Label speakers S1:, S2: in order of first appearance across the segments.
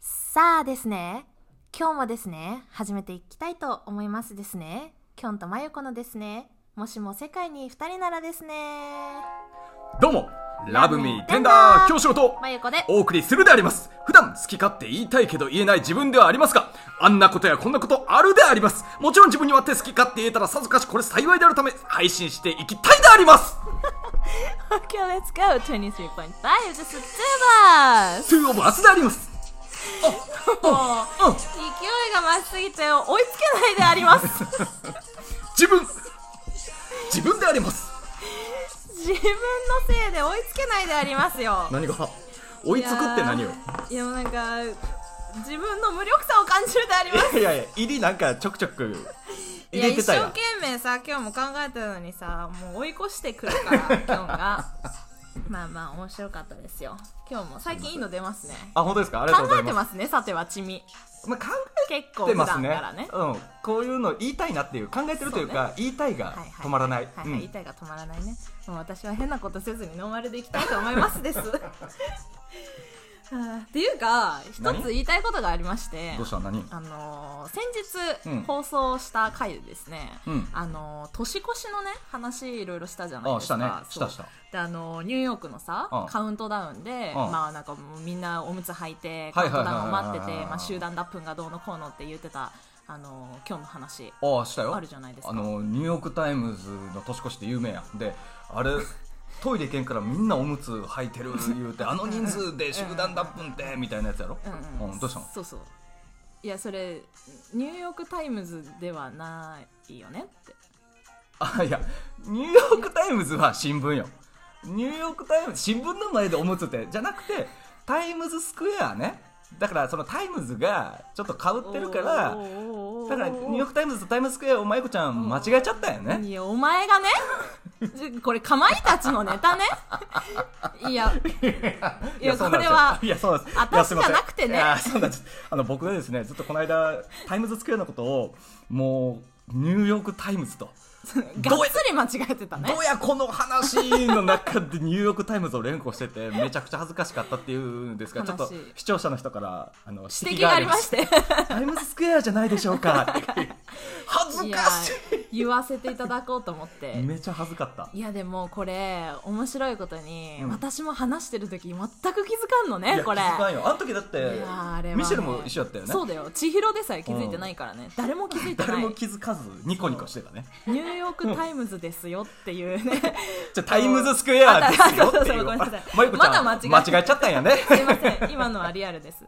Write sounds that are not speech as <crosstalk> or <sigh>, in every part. S1: さあですね、今日もですね、始めていきたいと思いますですね。きょんとまゆこのですね、もしも世界に二人ならですね。
S2: どうも、ラブミーテンダー教師のと
S1: まゆこで、
S2: お送りするであります。普段好き勝手言いたいけど言えない自分ではありますが、あんなことやこんなことあるであります。もちろん自分に割って好き勝手言えたらさぞかしこれ幸いであるため、配信していきたいであります
S1: Okay, let's go! 23.5 just the two of us!
S2: というバスであります。
S1: もう、
S2: うん、
S1: 勢いが増しすぎて追いつけないであります。
S2: <laughs> 自分、自分であります。
S1: 自分のせいで追いつけないでありますよ。
S2: 何が追いつくって何よ
S1: いやもうなんか、自分の無力さを感じるであります。
S2: いやいや、入りなんかちょくちょく
S1: いや一生懸命さ今日も考えたのにさもう追い越してくるから今日
S2: <laughs>
S1: がまあまあ面白かったですよ今日も最近いいの出ますね
S2: あ、本当ですかあり
S1: 考
S2: がとうござ
S1: え
S2: い
S1: て
S2: ます。
S1: ますねさてはちみ
S2: まあ考え
S1: 結
S2: っ
S1: 構
S2: て
S1: 普段
S2: ま
S1: か
S2: すね
S1: らね
S2: うん、こういうの言いたいなっていう考えてるというか言いたいが
S1: はいはい
S2: 止まらない、
S1: はいはい、言いたいが止まらないねもう私は変なことせずにノーマルでいきたいと思いますです <laughs> あーっていうか一
S2: 何
S1: つ言いたいことがありまして
S2: うん、どうした何
S1: あのー先
S2: うん
S1: 日放送した回でですね、
S2: うん
S1: あのー年越しのね話いろいろしたじゃない
S2: あ
S1: です
S2: し
S1: か
S2: たねし
S1: そう
S2: たした
S1: であのニューヨークのさ
S2: うん
S1: カウントダウンで
S2: うん
S1: まあなんかもうみんなおむつ履いてカ
S2: は
S1: ウ
S2: いはい
S1: ン
S2: は
S1: ト
S2: いは
S1: ダウンを待って
S2: いはいはい
S1: て
S2: はい
S1: まあ集団脱粉がどうのこうのって言ってたあの今日の話
S2: ああしたよ
S1: あるじゃないですか
S2: あのニューヨーク・タイムズの年越しって有名やんで
S1: <laughs>
S2: あれトイレ行けんからみんなおむつ履いてる言うてあの人数で集団脱粉ってみたいなやつやろ、
S1: うんうん
S2: どうしたの
S1: そうそういやそれニューヨーク・タイムズではないよねって
S2: あいやニューヨーク・タイムズは新聞よニューヨーク・タイムズ新聞の前でおむつってじゃなくてタイムズスクエアねだからそのタイムズがちょっとかぶってるから
S1: おーおーおーおー
S2: だからニューヨーク・タイムズとタイムズスクエアをまゆこちゃん間違えちゃったよね
S1: いやお前がね <laughs> じゃこれかまいたちのネタねいやいや
S2: そう
S1: こ
S2: な
S1: れ
S2: んですよ
S1: はい
S2: やそうなんです
S1: 私
S2: いやすいません
S1: じゃなくてね
S2: いやそうなんですあの僕がですねずっとこの間タイムズスクエアのことをもうニューヨーク・タイムズと
S1: がっつり間違えてたね
S2: どうやこの話の中でニューヨーク・タイムズを連呼しててめちゃくちゃ恥ずかしかったっていうんですがちょっと
S1: 話
S2: 視聴者の人からあの
S1: 指摘がありましてて
S2: タイムズスクエアじゃないでしょう
S1: <laughs>
S2: か恥ず
S1: いや
S2: かし
S1: 言わせていただこうと思っ
S2: い <laughs>
S1: て
S2: めちゃ恥ずかった
S1: いやでもこれ面白いことに、
S2: うん
S1: 私も話してる時全く気づかんのね
S2: いや
S1: これ
S2: 気づかんよあの時だって
S1: いやあれはね
S2: ミシェルも一緒だったよね
S1: そうだよ千尋でさえ気づいてないからね、誰も気づいてな
S2: 誰
S1: い
S2: も気づかずニコニコしてたね
S1: ニューヨーク・タイムズですよっていう
S2: <laughs>
S1: ね
S2: じゃあタイムズスクエアですよってい
S1: あそうそうそう
S2: う
S1: ごめんなさい
S2: あまゆこちゃん
S1: まだ間違え
S2: 間違えちゃったんやね
S1: すいません今のはリアルです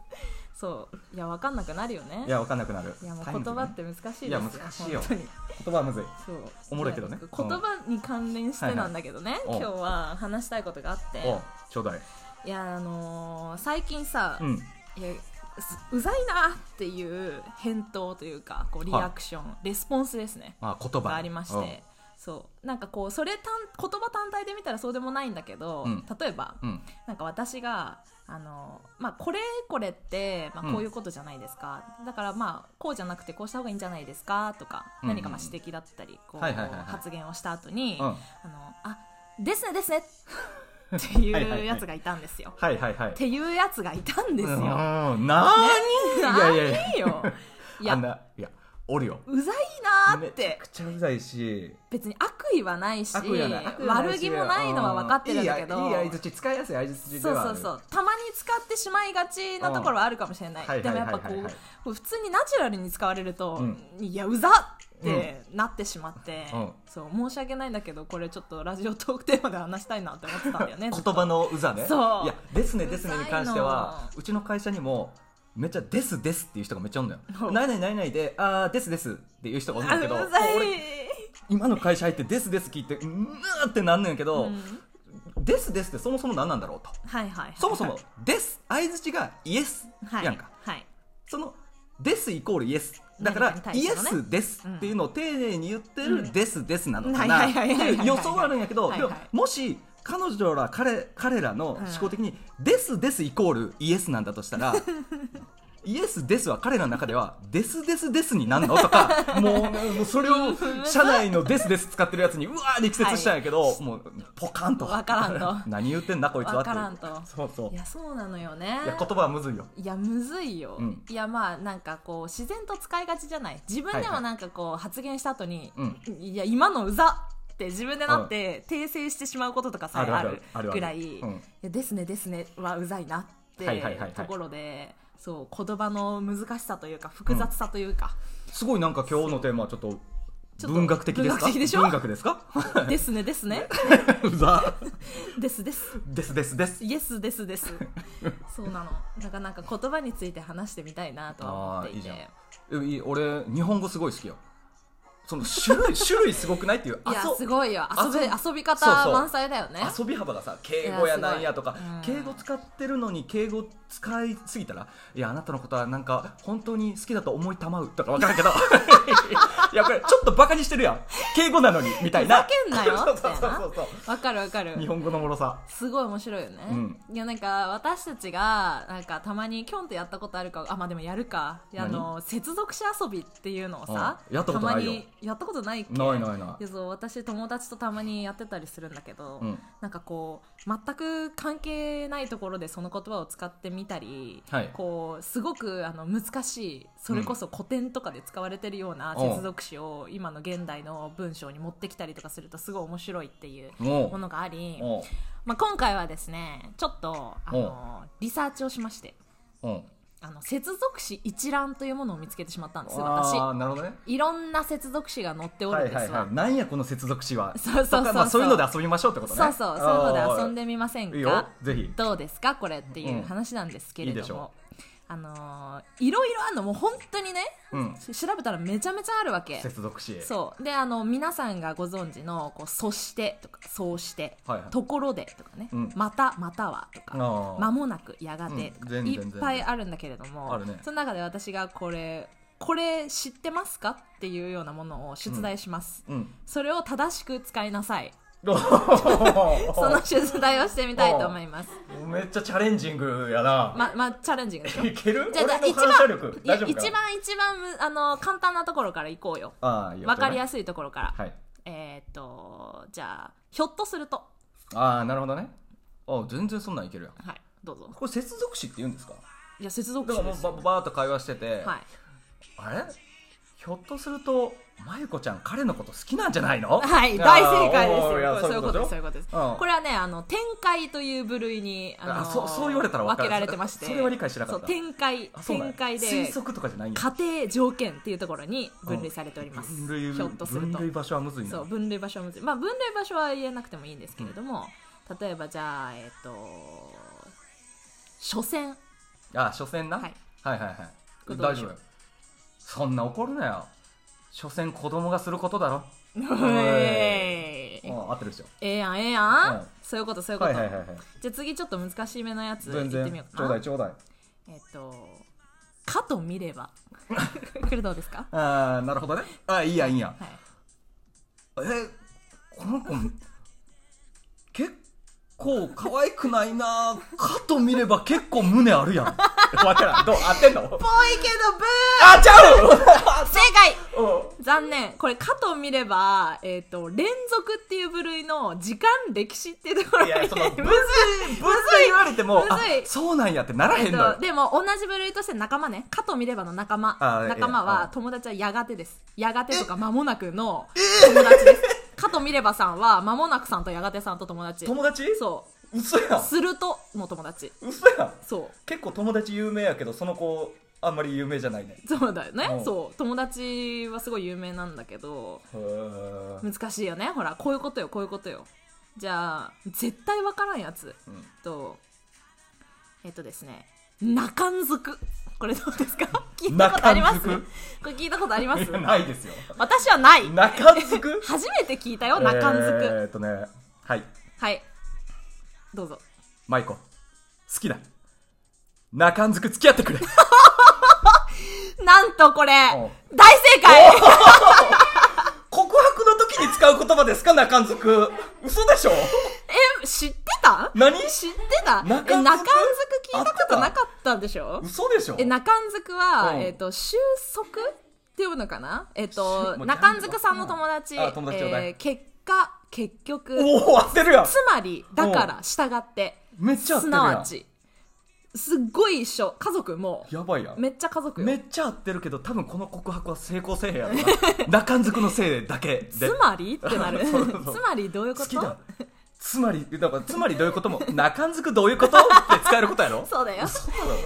S1: そういや分かんなくなるよね
S2: いやわかんなくなる
S1: いやもう
S2: タイムズ
S1: 言
S2: ね
S1: 葉って難しいですよ
S2: いや難しいよ
S1: 本当に
S2: 言葉はむずい
S1: そう
S2: おもろいけどね
S1: 言葉に関連してなんだけどね、
S2: うんはいはい
S1: 今日は話したいことがあって
S2: おちょうだい
S1: いやあのー最近さ、
S2: うん
S1: いやすうざいなっていう返答というかこうリアクション、レスポンスですね
S2: あ言葉
S1: がありまし
S2: うん
S1: てそうなんかこうそれ単言葉単体で見たらそうでもないんだけど、
S2: うん
S1: 例えば、
S2: うん
S1: なんか私があの、まあ、これこれって、ま
S2: う
S1: あ、
S2: ん
S1: こういうことじゃないですか、だからまあこうじゃなくてこうした方がいいんじゃないですかとか、
S2: うんうん
S1: 何かまあ指摘だったりこう、
S2: はいはいはいはい
S1: 発言をした後に、
S2: うん
S1: あのあですねですねってい
S2: はいはいは
S1: う
S2: い
S1: やつがいたんですよ。
S2: はいはいはい
S1: っていうやつがいたんですよ。ね
S2: うんな
S1: 何
S2: いやいや
S1: よ。い
S2: あん
S1: や
S2: ないやおるよ
S1: うざいなー
S2: め
S1: っ
S2: ちゃ
S1: て
S2: くちゃうざいし
S1: 別に悪意はないし
S2: 悪意はない悪意はないし
S1: 悪気もないのは分かってるんだけど、
S2: うんいい相づち使いやすい相づちで
S1: そう
S2: はあ
S1: そう
S2: る
S1: そうたまに使ってしまいがちなところはあるかもしれない、
S2: うんはい
S1: で
S2: はい
S1: も
S2: は
S1: やっ
S2: いはい
S1: ぱ
S2: はい
S1: こう,、こう普通にナチュラルに使われると、
S2: う
S1: いやうざってなってしまって、
S2: うん
S1: そう申し訳ないんだけどこれちょっとラジオトークテーマで話したいなって思ってたんだよね
S2: 言葉のうざね
S1: そう
S2: やですねですねに関しては
S1: うざいの
S2: うちの会社にもめっちゃですですっていう人がめっちゃおんの
S1: ほう
S2: よないないないないであーですですっていう人がおるんだ
S1: あ
S2: けど
S1: うざい
S2: 俺今の会社入ってですです聞いてうーってなんねんけど、
S1: うん
S2: ですですってそもそも何なんだろうと
S1: はいはい
S2: そもそもです相づちがイエス
S1: はい
S2: やんか
S1: はい
S2: そのですイコールイエスだか
S1: 何
S2: ら
S1: か、に対
S2: イ
S1: して
S2: エ
S1: のね
S2: スですっていうのを丁寧に言って
S1: うん
S2: るですですなのか
S1: は
S2: ないっ
S1: は
S2: て
S1: いはいはいはい
S2: いう予想はあるんやけど
S1: はい
S2: で
S1: はい
S2: ももし彼女
S1: <laughs>
S2: ら彼彼らの思考的にですですイコールイエスなんだとしたらいイエスですは彼らの中ではですですですになんのとかもうもうそれを社内のですです使ってるやつにうわー力説したんやけど、もうポカンと
S1: わからんと
S2: <laughs> 何言ってんだこいつは
S1: わ
S2: って
S1: からんと
S2: そうそう
S1: い
S2: いや
S1: やそうなのよね
S2: 言葉はむずいよ
S1: いやむずいよ、
S2: うん
S1: いやまあなんかこう自然と使いがちじゃない自分でもなんかこう発言した後に、
S2: うん
S1: いや今のうざって自分でなって訂正してしまうこととかさえあ
S2: あるあ
S1: る
S2: るあるある
S1: ぐらい
S2: うん
S1: いやですねですねはうざいなって
S2: はいはいはいはい
S1: ところでそう言葉の難しさというか複雑さというか、
S2: すごいなんか今日のテーマはちょっと
S1: ちょっと
S2: 文学的です
S1: 文
S2: か
S1: 学的でしょ
S2: 文学ですか
S1: <laughs> ですねです
S2: <laughs>
S1: ね
S2: うざ
S1: ですです
S2: ですですです
S1: イエスですですそうなのだからなんか言葉について話してみたいなとは思っていて
S2: あーいいじゃんえいい俺日本語すごい好きよその種
S1: <laughs>
S2: 類種類すごくないっていう
S1: いや
S2: 遊
S1: すごいよ遊び
S2: 遊び
S1: 遊び方
S2: そうそう
S1: 満載だよね
S2: 遊び幅がさ敬語やなんやとか
S1: いやすごい
S2: 敬語使ってるのに敬語使いすぎたらいやあなたのことはなんか本当に好きだと思いたまうとか分からんけ
S1: <laughs>
S2: どいやこれちょっとバカにしてるやん敬語なのにみたいな
S1: ふざけんなよ
S2: <laughs> そうそうそうそう
S1: わかるわかる
S2: 日本語のもろさ
S1: すごい面白いよね、
S2: うん
S1: いやなんか私たちがなんかたまにキョンとやったことあるかあまあでもやるかいやあ
S2: 何
S1: の接続詞遊びっていうのをさ
S2: うんやったことないよ
S1: まにやったことないっけ
S2: ないないない
S1: いやそう私友達とたまにやってたりするんだけど、
S2: うん
S1: なんかこう全く関係ないところでその言葉を使ってみたり、
S2: はい
S1: こうすごくあの難しいそれこそ古典とかで使われてるような接続詞を今の現代の文章に持ってきたりとかするとすごい面白いっていう
S2: おう
S1: ものがあり、
S2: おう
S1: まあ、今回はですねちょっとあのリサーチをしまして
S2: おう
S1: あの接続詞一覧というものを見つけてしまったんです
S2: あ
S1: 私
S2: あなるほどね
S1: いろんな接続詞が載ってお
S2: は
S1: るん
S2: い
S1: で
S2: は
S1: す
S2: い
S1: わ
S2: はいなんやこの接続詞は
S1: そうそうそうそう
S2: とかまあそういうので遊びましょうってことね
S1: そうそうそういうので遊ん
S2: で
S1: でみません
S2: いいよ
S1: か
S2: ぜひ
S1: どうですかこれっていう話なんですけれ
S2: うんいいで
S1: ど
S2: し
S1: も
S2: ょ、
S1: あのーいろいろあるのもう本当にね、
S2: うん
S1: 調べたらめちゃめちゃあるわけ
S2: 接続詞
S1: そうであの皆さんがご存知のこう「そして」とか「そうして」
S2: はいはい
S1: ところで」とかね、
S2: うん
S1: またまたは」とか
S2: あ
S1: 「
S2: ー
S1: まもなく」「やがて」とか、
S2: うん全然
S1: いっぱいあるんだけれども
S2: あるね
S1: その中で私がこれこれ知ってますかっていうようなものを出題します、
S2: うん
S1: それを正しく使いなさい
S2: おー
S1: その出題をしてみたいと思います
S2: めっちゃチャレンジングやな、
S1: ままあチャレンジン
S2: <laughs>
S1: グでしょ
S2: いける
S1: じゃあじゃあ
S2: 俺の反射力
S1: いや
S2: 大丈夫
S1: 一
S2: か
S1: 番一番むあの簡単なところからいこうよ
S2: ああいいよ
S1: わかりや
S2: す
S1: すいところから、
S2: はい
S1: えーっとじゃあひょっとすると
S2: ああなるほどねあ全然そんなんいけるやん
S1: はいどうぞ
S2: これ接続詞って言うんですか
S1: いや接
S2: だ
S1: 続
S2: から
S1: 詞
S2: も
S1: で
S2: う
S1: す
S2: ば
S1: よ
S2: ばばーっと会話してて、
S1: はい
S2: あれひょっとするとまゆこちゃん彼のこと好きなんじゃないの
S1: はい、大正解です
S2: あーおーいや
S1: よ。そういうことです、
S2: し
S1: そ
S2: ょ
S1: ういうことです。
S2: うん
S1: これはね、あの、展開という部類に、あの
S2: あそうそう言われたら分か
S1: 分
S2: る
S1: けられてまして。
S2: それは理解しなかった
S1: そう、展開、
S2: あそうなん
S1: 展開
S2: や
S1: で、
S2: 推測とかじゃないんや
S1: 家庭条件っていうところに分類されております。
S2: 分類
S1: ひょっとする
S2: 分
S1: と。
S2: 類場所はむずいな
S1: そう、分類場所はむずいまあ、分類場所は言えなくてもいいんですけれども、例えば、じゃあ、えっ、と、所詮。
S2: あ初戦な、
S1: はい
S2: はいはいはい
S1: これどう
S2: 大
S1: でし
S2: 丈
S1: ょう
S2: 夫そんな怒るなよ所詮子供がすることだろ
S1: <laughs> え
S2: うん合ってるでしょ
S1: えやん、ええや
S2: うんん。
S1: そういうこと、そういうこ
S2: はい
S1: と。
S2: はいはいはい
S1: じゃあ次ちょっと難しめのやつい
S2: 全
S1: って
S2: 然
S1: みよう
S2: ち
S1: か
S2: ょう
S1: な
S2: だい。ちょうだい
S1: えっと、かと見れ
S2: <laughs>
S1: ば。これどうですか
S2: ああなるほどねああいいやいいや
S1: はい。
S2: えこの子結構可愛くないなかと見れば結構胸あるやん <laughs> わからんどう合ってんの
S1: ぽいけど、ブ
S2: あちゃう
S1: ー正解
S2: うん <laughs>
S1: 残念。これ、かと見れば、えっ、と、連続っていう部類の時間歴史っていうところ
S2: い
S1: に。
S2: やその分
S1: <laughs> む
S2: 類分
S1: ずい
S2: 類言われても
S1: むず
S2: あ
S1: い
S2: そうなんやってならへ
S1: え
S2: ん
S1: っ
S2: のよ
S1: と、でも同じ部類として仲間ねかと見ればの仲間
S2: あー
S1: 仲間
S2: いや
S1: は
S2: あー
S1: 友達はやがてですやがてとか間もなくの友達です、 <laughs> かと見ればさんは間もなくさんとやがてさんと友達
S2: 友達
S1: そ
S2: 嘘やん
S1: うするとの友達
S2: 嘘やん
S1: そう
S2: 結構友達有名やけどその子あんまり有名じゃないね
S1: そうだよ
S2: う
S1: ね
S2: ん
S1: そう友達はすごい有名なんだけど
S2: へー
S1: 難しいよねほらこういうことよこういうことよじゃあ絶対わからんやつ
S2: うん
S1: とえっとですね中んずくこれどうですか聞いたことあり
S2: 中
S1: ま
S2: ん
S1: す
S2: ずく
S1: これ聞いたことあります
S2: いやないですよ
S1: 私はない
S2: 中
S1: <laughs>
S2: づく
S1: 初めて聞いたよ中んずく、
S2: えーっとねはい
S1: はいどうぞ
S2: マイコ好きだ中んずく付き合って
S1: <laughs>
S2: くれ
S1: なんとこれ
S2: う
S1: 大正解
S2: 告白の時に使う言葉ですか中んずく嘘でしょ
S1: え知ってた
S2: 何
S1: 知ってたえ
S2: 中んずく
S1: 中んずく聞いたことなかったでしょ
S2: 嘘でしょ
S1: え中んずくは、
S2: うん
S1: えっ、と収束って呼ぶのかなえっ、と
S2: しもう
S1: 中んずくさんの友達
S2: あ友達ちょうだい
S1: えー結果結局
S2: おお合ってるやん
S1: つまりだから従って
S2: めっちゃ合っ
S1: す
S2: てるや
S1: なんわちすっごい一緒家族も
S2: やばいやん
S1: めっちゃ家族
S2: め
S1: よ
S2: っちゃ合ってるけど多分この告白は成功せえへんやろな <laughs> 中んずくのせいだけで
S1: つまりってなる
S2: <laughs> そうそうそう
S1: つまりどういうこ
S2: 好
S1: と
S2: きだつまりだからつまりどういうことも <laughs> 中んずくどういうことって使えることやろ
S1: そうだよ
S2: そうだろ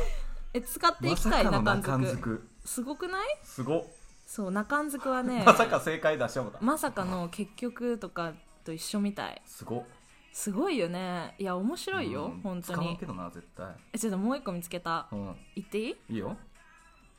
S1: え使ってい
S2: ま
S1: き
S2: さ
S1: たい
S2: かの
S1: 中
S2: 中
S1: ん
S2: ん
S1: ず
S2: ず
S1: く
S2: く
S1: すごくない
S2: すごっ
S1: そう中んずくはね
S2: まさか正解出しちゃうた
S1: まさかの結局とかと一緒みたい
S2: すごっ
S1: すごいよねいや面白いよ、
S2: うん
S1: 本当
S2: 使わん
S1: に
S2: けどな絶対
S1: えちょっともう一個見つけた
S2: うん
S1: 言っていい
S2: いいよ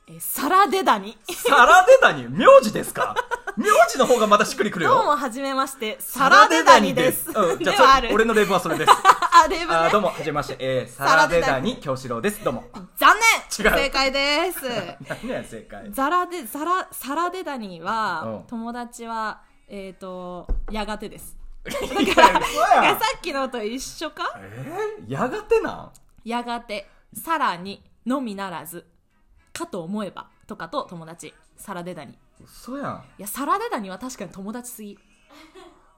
S1: えサラデダニ
S2: サラデダニ名字で
S1: <laughs>
S2: すか名字の方がまたしっくりくる
S1: どう
S2: よ
S1: もはじめましてサラデダニです
S2: サラデダニですうん、じ
S1: で
S2: ゃあ
S1: はあ
S2: そ
S1: る
S2: れ俺のレブはそれで
S1: <laughs>
S2: す
S1: あれ
S2: あ
S1: は
S2: ーどう
S1: ね
S2: もはじめまして、えー、サ
S1: サラ
S2: ラ
S1: デ
S2: デ
S1: ダ
S2: ダ
S1: ニ
S2: ニ京志郎ですどうも
S1: 残
S2: 違
S1: 念
S2: う
S1: 正解です
S2: <laughs> 何や正解
S1: ザラデサラサラデダニは
S2: うん
S1: 友達はえっ、とやがてです
S2: いや嘘や
S1: が
S2: ん
S1: さっきのと一緒か
S2: えー、やがてなん
S1: やがてさらにのみならずかと思えばとかと友達サラデダニい
S2: 嘘やん
S1: やサラデダニは確かに友達すぎ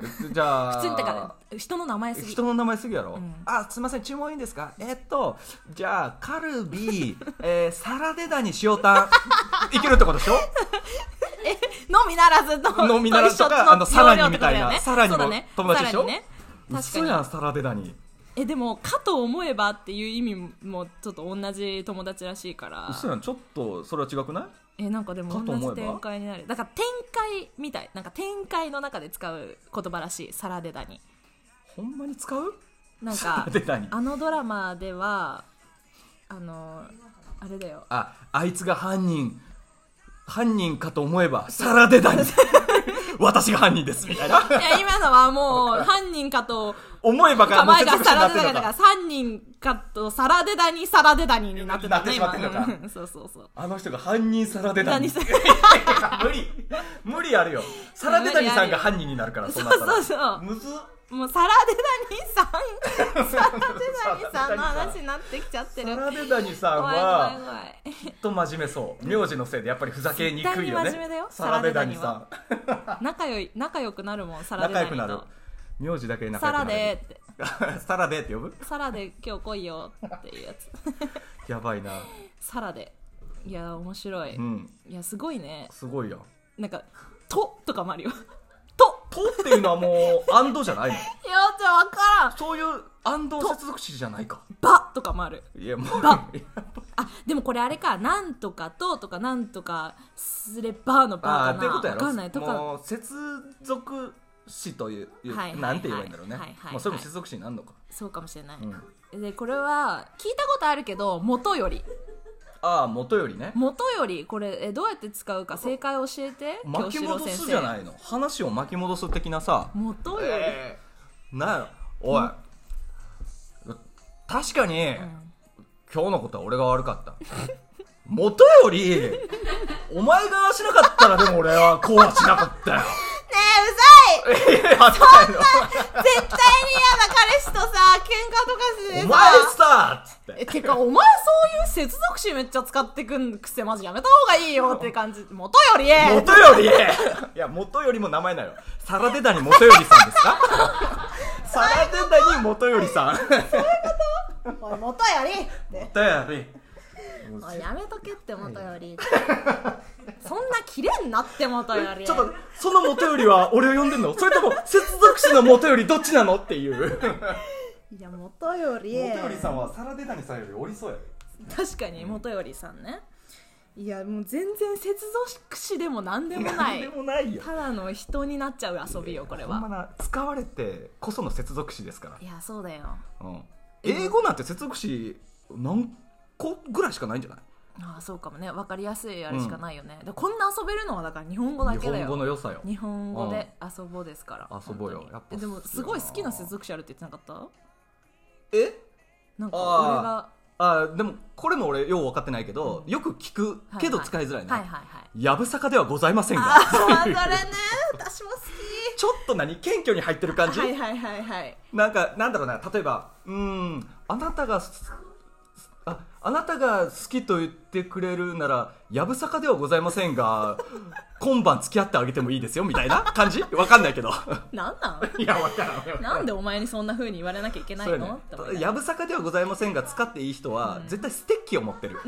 S2: えじゃあ
S1: 普通にだから人の名前すぎ
S2: 人の名前すぎやろ、
S1: うん
S2: あすいません注文いいんですかえっとじゃあカルビ、えー、 <laughs> サラデダニ
S1: <laughs>
S2: 塩タンいけるってことでしょ
S1: のみならずと
S2: のみならずとか
S1: 一緒
S2: あのさらにみたいな
S1: 要領ってことだ
S2: さら
S1: よね
S2: に
S1: そ
S2: も
S1: うだね
S2: 友達でしょ
S1: さらにね確か
S2: 嘘
S1: に
S2: やんサラデダニ
S1: えでもかと思えばっていう意味もちょっと同じ友達らしいから
S2: 嘘やんちょっとそれは違くない
S1: えなんかでも
S2: かと
S1: 同
S2: 思
S1: じ
S2: えば
S1: 展開になるだから展開みたいなんか展開の中で使う言葉らしいサラデダニ
S2: ほんまに使う
S1: なん
S2: サ
S1: か
S2: ラデダニ
S1: あのドラマではあのあれだよ
S2: ああいつが犯人犯人かと思えばサラデダニ
S1: <laughs>
S2: 私が犯人ですみたいない
S1: や今のはもう犯人かと
S2: 思えばがもう
S1: 構え
S2: 接
S1: が
S2: 続詞
S1: サ
S2: に
S1: ラ
S2: なっ
S1: デ
S2: て
S1: ダ
S2: る
S1: ニだ
S2: の
S1: から
S2: か
S1: 3人かとサラデダニサラデダニになってた
S2: なって
S1: ね
S2: しま
S1: 今
S2: ってんのか
S1: うんそうそうそう
S2: あの人が犯人サラデダニい
S1: 何
S2: や無理無理あるよサラデダニさんが犯人になるから
S1: そう
S2: なったら
S1: そうそう
S2: むずっ
S1: もうサラデダニさんサラデダニさんの話になってきちゃって
S2: サ
S1: る
S2: ラデダニさん
S1: 怖い怖い
S2: は
S1: 怖い
S2: きっと真面目そう名字のせいでやっぱりふざけにくいよ
S1: 絶対に
S2: ね
S1: 真面目だよ
S2: サラデダニさ
S1: 仲良い仲良くなるもんサ
S2: ん
S1: ラデ
S2: 仲
S1: ダニと
S2: 良くなる名字だけで仲
S1: サ
S2: 良く
S1: ラ
S2: なれ
S1: デ
S2: る
S1: って
S2: サラデって呼ぶ
S1: サラデ今日来いよっていう
S2: <laughs>
S1: やつ
S2: やばいな
S1: サラデいや面白い、
S2: うん
S1: いやすごいね
S2: すごいよ
S1: なんか「と」とかもあるよ「と
S2: とっていうのはもうアンドじゃないの」
S1: いやじゃあ分からん
S2: そういうアンド接続詞じゃないか
S1: 「ば」とかもある
S2: いやもう
S1: ば
S2: いや
S1: あでもこれあれか「なんとかと」とか「なんとかすれば」の「ば」
S2: あ
S1: かな
S2: ーっていうことや
S1: わ
S2: ろ
S1: かんないとか
S2: もう接続詞という、
S1: はいはいはい
S2: なんて言えばいいんだろうね、
S1: はいはいはい
S2: もうそれも接続詞になるのか、
S1: そうかもしれない、
S2: うん
S1: でこれは聞いたことあるけど元より
S2: ああ元よりね
S1: 元よりこれえどうやって使うか正解教えて
S2: 巻き戻すじゃないの話を巻き戻す的なさ
S1: 元より、
S2: なんやろおい、確かに、
S1: うん
S2: 今日のことは俺が悪かった <laughs> 元よりお前がしなかったらでも俺はこうはしなか
S1: <laughs>
S2: ったよ
S1: ねえうざい
S2: いやいやそんな
S1: 絶対に嫌な彼氏とさ喧嘩とかして
S2: <laughs>
S1: さ
S2: お前さつって
S1: えてかお前そういう接続詞めっちゃ使ってくんくせマジやめた方がいいよって感じ元より
S2: 元よ <laughs> りいや元よりも名前なよサラデダニ元よりさんで
S1: <laughs>
S2: すかサラデダニ元より
S1: お
S2: さん
S1: い元よりって
S2: 元より
S1: おいやめとけって元よりそんなキレんなって元より
S2: ちょっとその元よりは俺を呼んでんのそれとも接続詞の元よりどっちなのっていう
S1: いや元より
S2: さんはサラデダニさんよりおりそうや
S1: 確かに元よりさんねいやもう全然接続詞でも何でもな
S2: なんで
S1: い
S2: もないよ
S1: ただの人になっちゃう遊びよこれ
S2: ほんま
S1: は
S2: な使われてこその接続詞ですから
S1: いやそうだよ
S2: うん英語なんて接続詞何個ぐらいしかないんじゃない
S1: ああそうかもね分かりやすいあれしかないよね、でこんな遊べるのはだから日本語だ
S2: 日
S1: けだ
S2: 本語
S1: よ
S2: の良さよ
S1: 日本語で遊ぼうですから
S2: うん遊ぼう
S1: 本
S2: よ
S1: 当に
S2: やっぱ
S1: えでも
S2: 好きよな
S1: すごい好きな接続詞あるって言ってなかった
S2: え
S1: なんか
S2: あ
S1: 俺が
S2: あーでもこれも俺よう分かってないけど、よく聞くけど使いづらいね、
S1: はいはいはい
S2: やぶさかではございませんが
S1: ああそれね私も好き
S2: ちょっと何謙虚に入ってる感じ、
S1: はいはいはいはい
S2: なんかなんだろうな例えばうーんあなたがすあなたが好きと言ってくれるなら、やぶさかではございません
S1: <laughs>
S2: が、今晩付き合ってあげてもいいですよ、みたいな感じわかん
S1: <laughs>
S2: ないけど。
S1: なんなん
S2: いや、わからん。
S1: なんでお前にそんな風に言われなきゃいけない
S2: そう
S1: の
S2: やね
S1: って思いながら
S2: やぶさかではございませんが使っていい人は絶対ステッキを
S1: <laughs>
S2: 持ってる、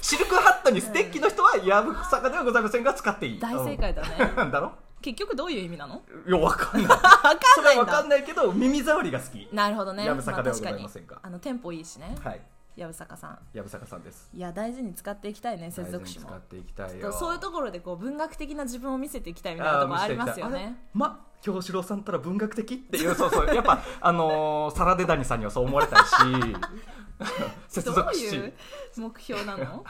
S2: シルクハットにステッキの人はやぶさかではございませんが使っていい
S1: 大正解だね
S2: うん <laughs> だろ
S1: 結局どういう意味なの
S2: いやわかんない
S1: わか
S2: <laughs> そ
S1: んな
S2: れ
S1: い
S2: は
S1: ん
S2: わか
S1: だ
S2: んないけど耳障りが好き
S1: なるほどね
S2: やぶさかではござい
S1: あ
S2: ません
S1: 確
S2: が
S1: かにあのテンポいいしね
S2: はい
S1: やぶさかさん
S2: やぶさかさんです
S1: いや大事に使っていきたいね接続詞
S2: 大事に
S1: も
S2: 使っていきたい
S1: ちょ
S2: よ
S1: っとそういうところでこう文学的な自分を見せていきたいみたいなところありますよ
S2: あー見
S1: ね
S2: せていきたいあれま京志郎さんたら文学的っていうそうそうやっ
S1: <laughs>
S2: ぱあのー、サラデダニさんにはそう思われたいし <laughs> 接
S1: どう
S2: 続詞
S1: いう目標な
S2: <laughs>
S1: の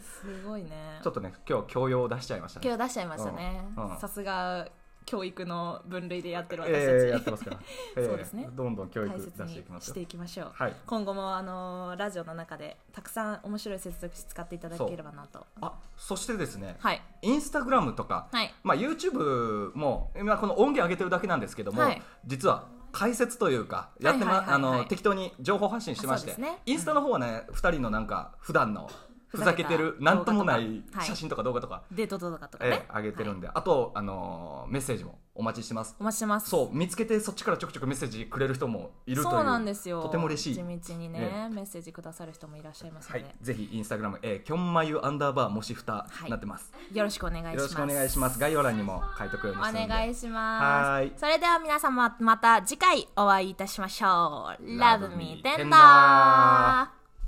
S1: すごいね
S2: ちょっとね今日教養を出しちゃいましたね
S1: 今日出しちゃいましたね
S2: うんうん
S1: さすが教育の分類でやってる私たち、
S2: ええやってま
S1: <laughs>
S2: すから、ええ
S1: そうですね
S2: どんどん教育
S1: 大切
S2: 出して
S1: に
S2: いきます
S1: し
S2: よ
S1: ていきましょう、
S2: はい
S1: 今後もあのラジオの中でたくさん面白い接続詞使っていただければなと
S2: あそしてですね、
S1: はい
S2: インスタグラムとか、
S1: はい
S2: まあ、YouTube も今この音源上げてるだけなんですけども、
S1: はい実
S2: 実は解説というか
S1: いは
S2: や
S1: い
S2: って
S1: はい
S2: ま
S1: はい
S2: あの適当に情報発信してまし
S1: あ
S2: て、
S1: そうですね
S2: インスタの方はね、二人のなんか普段のふざけてる
S1: ふざけた
S2: なんともな
S1: 動
S2: い
S1: 画とかはい
S2: 写真とか動画とか、
S1: デート動画とか
S2: え
S1: ね
S2: え、上げてるん
S1: はい
S2: で、あと、あのーメッセージもお待ちしてます
S1: お待ちしてます
S2: そう見つけてそっちからちょくちょくメッセージくれる人もいるという
S1: そうなんですよ
S2: とても嬉しい
S1: 地道にね、
S2: え
S1: メッセージくださる人もいらっしゃいますの
S2: は
S1: で、
S2: い、ぜひインスタグラム、えー、きょんまゆアンダーバーもしふた
S1: はい
S2: なってます、
S1: よろしくお願いします
S2: よろしくお願いします概要欄にも書いとくようにしてるんで
S1: お願いします
S2: はい
S1: それでは皆様また次回お会いいたしましょう Love me
S2: Love me
S1: tender
S2: tender